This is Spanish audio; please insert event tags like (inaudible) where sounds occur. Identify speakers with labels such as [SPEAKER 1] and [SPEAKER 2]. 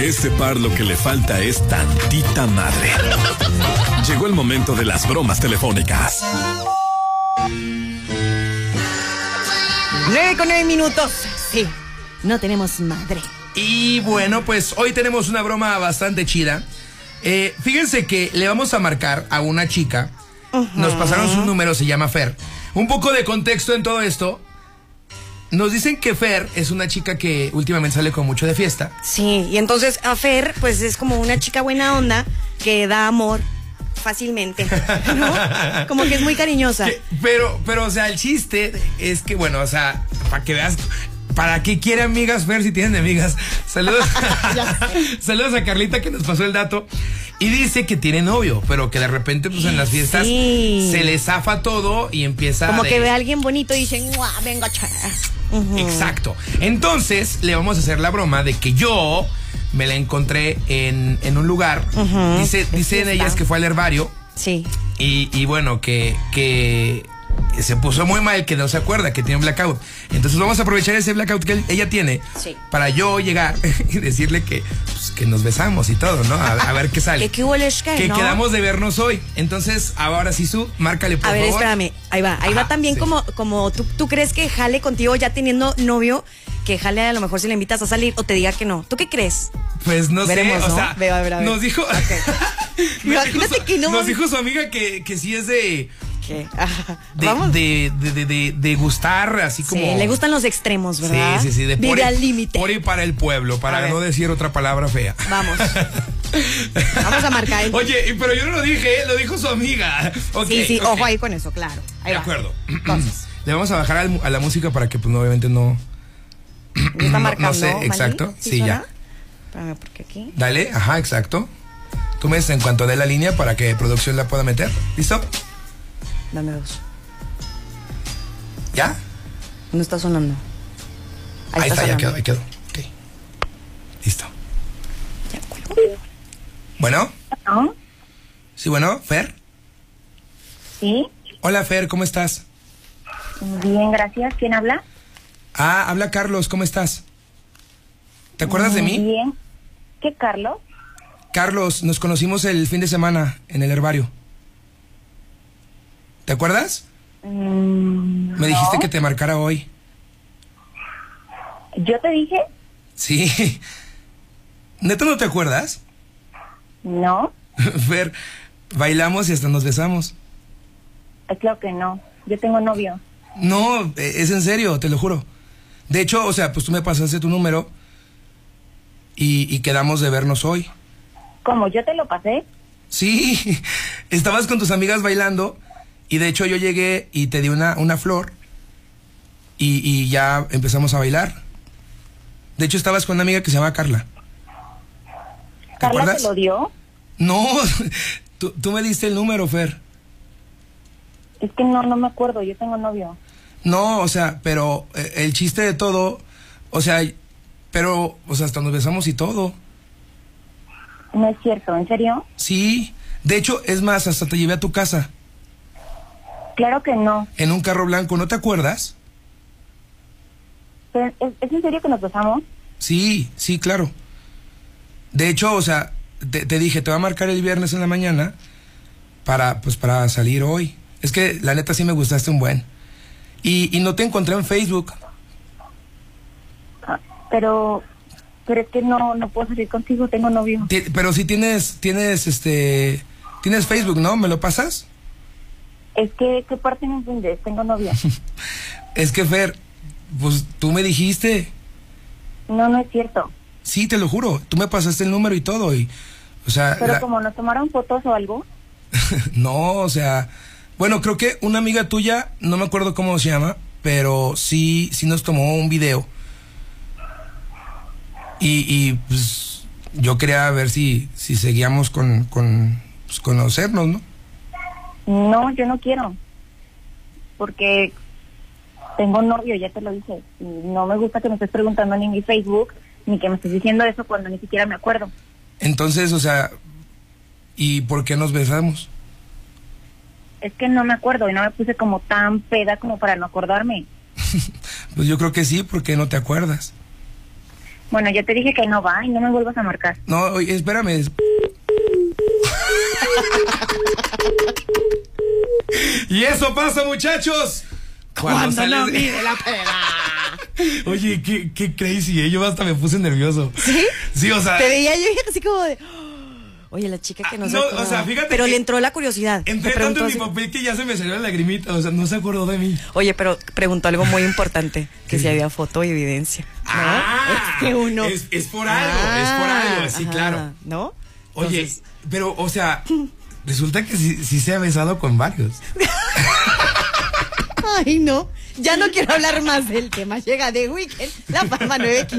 [SPEAKER 1] este par lo que le falta es tantita madre. Llegó el momento de las bromas telefónicas.
[SPEAKER 2] 9 con 9 minutos. Sí, no tenemos madre.
[SPEAKER 3] Y bueno, pues hoy tenemos una broma bastante chida. Eh, fíjense que le vamos a marcar a una chica. Nos pasaron su número, se llama Fer. Un poco de contexto en todo esto. Nos dicen que Fer es una chica que últimamente sale con mucho de fiesta.
[SPEAKER 2] Sí, y entonces a Fer, pues es como una chica buena onda que da amor fácilmente,
[SPEAKER 3] (laughs)
[SPEAKER 2] ¿no? Como que es muy cariñosa.
[SPEAKER 3] Que- pero, pero, o sea, el chiste es que, bueno, o sea, para que veas. ¿Para qué quiere amigas Fer si tienen amigas?
[SPEAKER 2] (laughs)
[SPEAKER 3] Saludos. (laughs) Saludos a Carlita que nos pasó el dato. Y dice que tiene novio, pero que de repente, pues en las fiestas
[SPEAKER 2] Sí.
[SPEAKER 3] se le zafa todo y empieza
[SPEAKER 2] Como
[SPEAKER 3] de-
[SPEAKER 2] que ve a alguien bonito y dicen, ¡guau, vengo a char". Ujú.
[SPEAKER 3] Exacto. Entonces, le vamos a hacer la broma de que yo me la encontré en, en un lugar. Dice, dicen
[SPEAKER 2] fiesta.
[SPEAKER 3] ellas que fue al herbario.
[SPEAKER 2] Sí.
[SPEAKER 3] Y, y bueno, que, que se puso muy mal, que no se acuerda, que tiene un blackout. Entonces vamos a aprovechar ese blackout que él- ella tiene
[SPEAKER 2] Sí.
[SPEAKER 3] para yo llegar (laughs) y decirle que, pues, que nos besamos y todo, ¿no? A, a ver qué
[SPEAKER 2] (laughs)
[SPEAKER 3] sale.
[SPEAKER 2] Que qué hubo, les que,
[SPEAKER 3] que
[SPEAKER 2] ¿no?
[SPEAKER 3] quedamos de vernos hoy. Entonces, ahora sí, su, márcale por
[SPEAKER 2] A ver,
[SPEAKER 3] favor.
[SPEAKER 2] espérame, ahí va, ahí
[SPEAKER 3] Ajá,
[SPEAKER 2] va también
[SPEAKER 3] sí.
[SPEAKER 2] como, como tú, tú crees que jale contigo ya teniendo novio, que jale a lo mejor si le invitas a salir o te diga que no. ¿Tú qué crees?
[SPEAKER 3] Pues no
[SPEAKER 2] Veremos,
[SPEAKER 3] sé, o
[SPEAKER 2] ¿no?
[SPEAKER 3] sea,
[SPEAKER 2] Veo, a ver, a ver.
[SPEAKER 3] nos dijo. (laughs) me dijo
[SPEAKER 2] Imagínate
[SPEAKER 3] su-
[SPEAKER 2] que no.
[SPEAKER 3] Nos dijo su amiga que, que sí es de.
[SPEAKER 2] ¿Qué? Ajá.
[SPEAKER 3] De,
[SPEAKER 2] Vamos.
[SPEAKER 3] de, de, de- de- de gustar, así como.
[SPEAKER 2] Sí, le gustan los extremos,
[SPEAKER 3] Sí,
[SPEAKER 2] ¿verdad?
[SPEAKER 3] sí, sí, de
[SPEAKER 2] Vive
[SPEAKER 3] y-
[SPEAKER 2] al límite.
[SPEAKER 3] Por y para el pueblo,
[SPEAKER 2] A
[SPEAKER 3] para
[SPEAKER 2] ver.
[SPEAKER 3] no decir otra palabra fea. (laughs)
[SPEAKER 2] Vamos. Vamos a marcar.
[SPEAKER 3] Oye, y- pero yo no lo dije, ¿eh? lo dijo su amiga. Ok,
[SPEAKER 2] Sí, sí,
[SPEAKER 3] ok.
[SPEAKER 2] ojo ahí con eso, claro. Ahí
[SPEAKER 3] De
[SPEAKER 2] va.
[SPEAKER 3] acuerdo. (clears throat)
[SPEAKER 2] Entonces,
[SPEAKER 3] Le vamos a bajar al mu- a la música para que, pues, no, obviamente no.
[SPEAKER 2] ¿ya está
[SPEAKER 3] No-
[SPEAKER 2] marcando?
[SPEAKER 3] no sé,
[SPEAKER 2] Mali?
[SPEAKER 3] exacto. Sí,
[SPEAKER 2] suena?
[SPEAKER 3] ya.
[SPEAKER 2] Espérame, porque aquí.
[SPEAKER 3] Dale, ajá, exacto. Tú me dices en cuanto dé la línea para que producción la pueda meter. ¿Listo?
[SPEAKER 2] Dame dos.
[SPEAKER 3] ¿Ya?
[SPEAKER 2] No está sonando.
[SPEAKER 3] Ahí, está, ya
[SPEAKER 2] sonando.
[SPEAKER 3] quedó, ahí quedó. Ok. Listo.
[SPEAKER 2] Ya, cuelgo.
[SPEAKER 3] Bueno,
[SPEAKER 4] ¿No?
[SPEAKER 3] sí, bueno, Fer.
[SPEAKER 4] Sí,
[SPEAKER 3] Hola, Fer, ¿cómo estás?
[SPEAKER 4] bien, gracias. ¿Quién habla?
[SPEAKER 3] Ah, habla Carlos, ¿cómo estás? ¿Te acuerdas de mí?
[SPEAKER 4] Bien. ¿Qué, Carlos?
[SPEAKER 3] Carlos, nos conocimos el fin de semana en el herbario. ¿Te acuerdas?
[SPEAKER 4] Mm,
[SPEAKER 3] Me dijiste que te marcara hoy.
[SPEAKER 4] ¿Yo te dije?
[SPEAKER 3] Sí. (laughs) ¿Neta no te acuerdas? (laughs)
[SPEAKER 4] No,
[SPEAKER 3] Fer, bailamos y hasta nos besamos.
[SPEAKER 4] es claro que no. Yo tengo novio.
[SPEAKER 3] No, eh, es en serio, te lo juro. De hecho, o sea, pues tú me pasaste tu número y, y quedamos de vernos hoy.
[SPEAKER 4] ¿Cómo? ¿Yo te lo pasé?
[SPEAKER 3] Sí, (laughs) estabas con tus amigas bailando y de hecho yo llegué y te di una, una flor y, y ya empezamos a bailar. De hecho estabas con una amiga que se llama Carla. ¿Te
[SPEAKER 4] ¿Carla
[SPEAKER 3] acuerdas?
[SPEAKER 4] te lo dio?
[SPEAKER 3] No, (laughs) tú, tú me diste el número, Fer.
[SPEAKER 4] Es que no, no me acuerdo. Yo tengo novio.
[SPEAKER 3] No, o sea, pero eh, el chiste de todo, o sea, pero, o sea, hasta nos besamos y todo.
[SPEAKER 4] No es cierto, ¿en serio?
[SPEAKER 3] Sí, de hecho, es más, hasta te llevé a tu casa
[SPEAKER 4] Claro que no.
[SPEAKER 3] en un carro blanco, ¿no te acuerdas?
[SPEAKER 4] Pero, ¿Es, es en serio que nos besamos?
[SPEAKER 3] Sí, sí, claro. De hecho, o sea, te, te dije, te va a marcar el viernes en la mañana para, pues, para salir hoy. Es que la neta sí me gustaste un buen. Y, y no te encontré en Facebook.
[SPEAKER 4] Ah, Pero, pero es que no, no puedo salir contigo. Tengo novio.
[SPEAKER 3] Ti- pero sí tienes, tienes, este, tienes Facebook, ¿no? ¿Me lo pasas?
[SPEAKER 4] Es que, ¿qué parte no entiendes? Tengo
[SPEAKER 3] (laughs)
[SPEAKER 4] novio.
[SPEAKER 3] Es que Fer, pues tú me dijiste,
[SPEAKER 4] No, no es cierto.
[SPEAKER 3] sí, te lo juro, tú me pasaste el número y todo y, o sea,
[SPEAKER 4] Pero
[SPEAKER 3] la-
[SPEAKER 4] como nos tomaron fotos o algo,
[SPEAKER 3] (laughs) No, o sea, bueno, creo que una amiga tuya, no me acuerdo cómo se llama, pero sí, sí nos tomó un video. Y, y, pues yo quería ver si, si seguíamos con, con pues, conocernos, ¿no?
[SPEAKER 4] No, yo no quiero. Porque tengo novio, ya te lo dije. Y no me gusta que me estés preguntando ni en mi Facebook, ni que me estés diciendo eso cuando ni siquiera me acuerdo.
[SPEAKER 3] Entonces, o sea, ¿y por qué nos besamos?
[SPEAKER 4] Es que no me acuerdo y no me puse como tan peda como para no acordarme.
[SPEAKER 3] Pues yo creo que sí, porque no te acuerdas.
[SPEAKER 4] Bueno, ya te dije que no va y no me vuelvas a marcar.
[SPEAKER 3] No, oye, espérame. es- y eso pasa, muchachos.
[SPEAKER 2] Cuando
[SPEAKER 3] sales
[SPEAKER 2] no
[SPEAKER 3] de-
[SPEAKER 2] mide la peda.
[SPEAKER 3] (laughs) Oye, qué, qué crazy, ¿eh? Yo hasta me puse nervioso.
[SPEAKER 2] ¿Sí?
[SPEAKER 3] Sí, o sea.
[SPEAKER 2] Te veía yo así como de. "Oh". Oye, la chica que
[SPEAKER 3] Ah,
[SPEAKER 2] no, se
[SPEAKER 3] no, o
[SPEAKER 2] acordaba.
[SPEAKER 3] sea, fíjate
[SPEAKER 2] Pero
[SPEAKER 3] que-
[SPEAKER 2] le entró la curiosidad. Me
[SPEAKER 3] Entré
[SPEAKER 2] preguntó
[SPEAKER 3] tanto en mi
[SPEAKER 2] así-
[SPEAKER 3] papel que ya se me salió la lagrimita, o sea, no se acordó de mí.
[SPEAKER 2] Oye, pero preguntó algo muy
[SPEAKER 3] (laughs)
[SPEAKER 2] importante, que si había foto y evidencia. ¿no?
[SPEAKER 3] Ah,
[SPEAKER 2] es que uno. Ah,
[SPEAKER 3] es- es por algo, es por algo, sí, claro.
[SPEAKER 2] ¿No?
[SPEAKER 3] Oye,
[SPEAKER 2] Entonces, (laughs)
[SPEAKER 3] pero, o sea, resulta que sí, sí se ha besado con varios. (laughs)
[SPEAKER 2] ay, no. Ya no quiero hablar más del tema. Llega de weekend, la palma 915.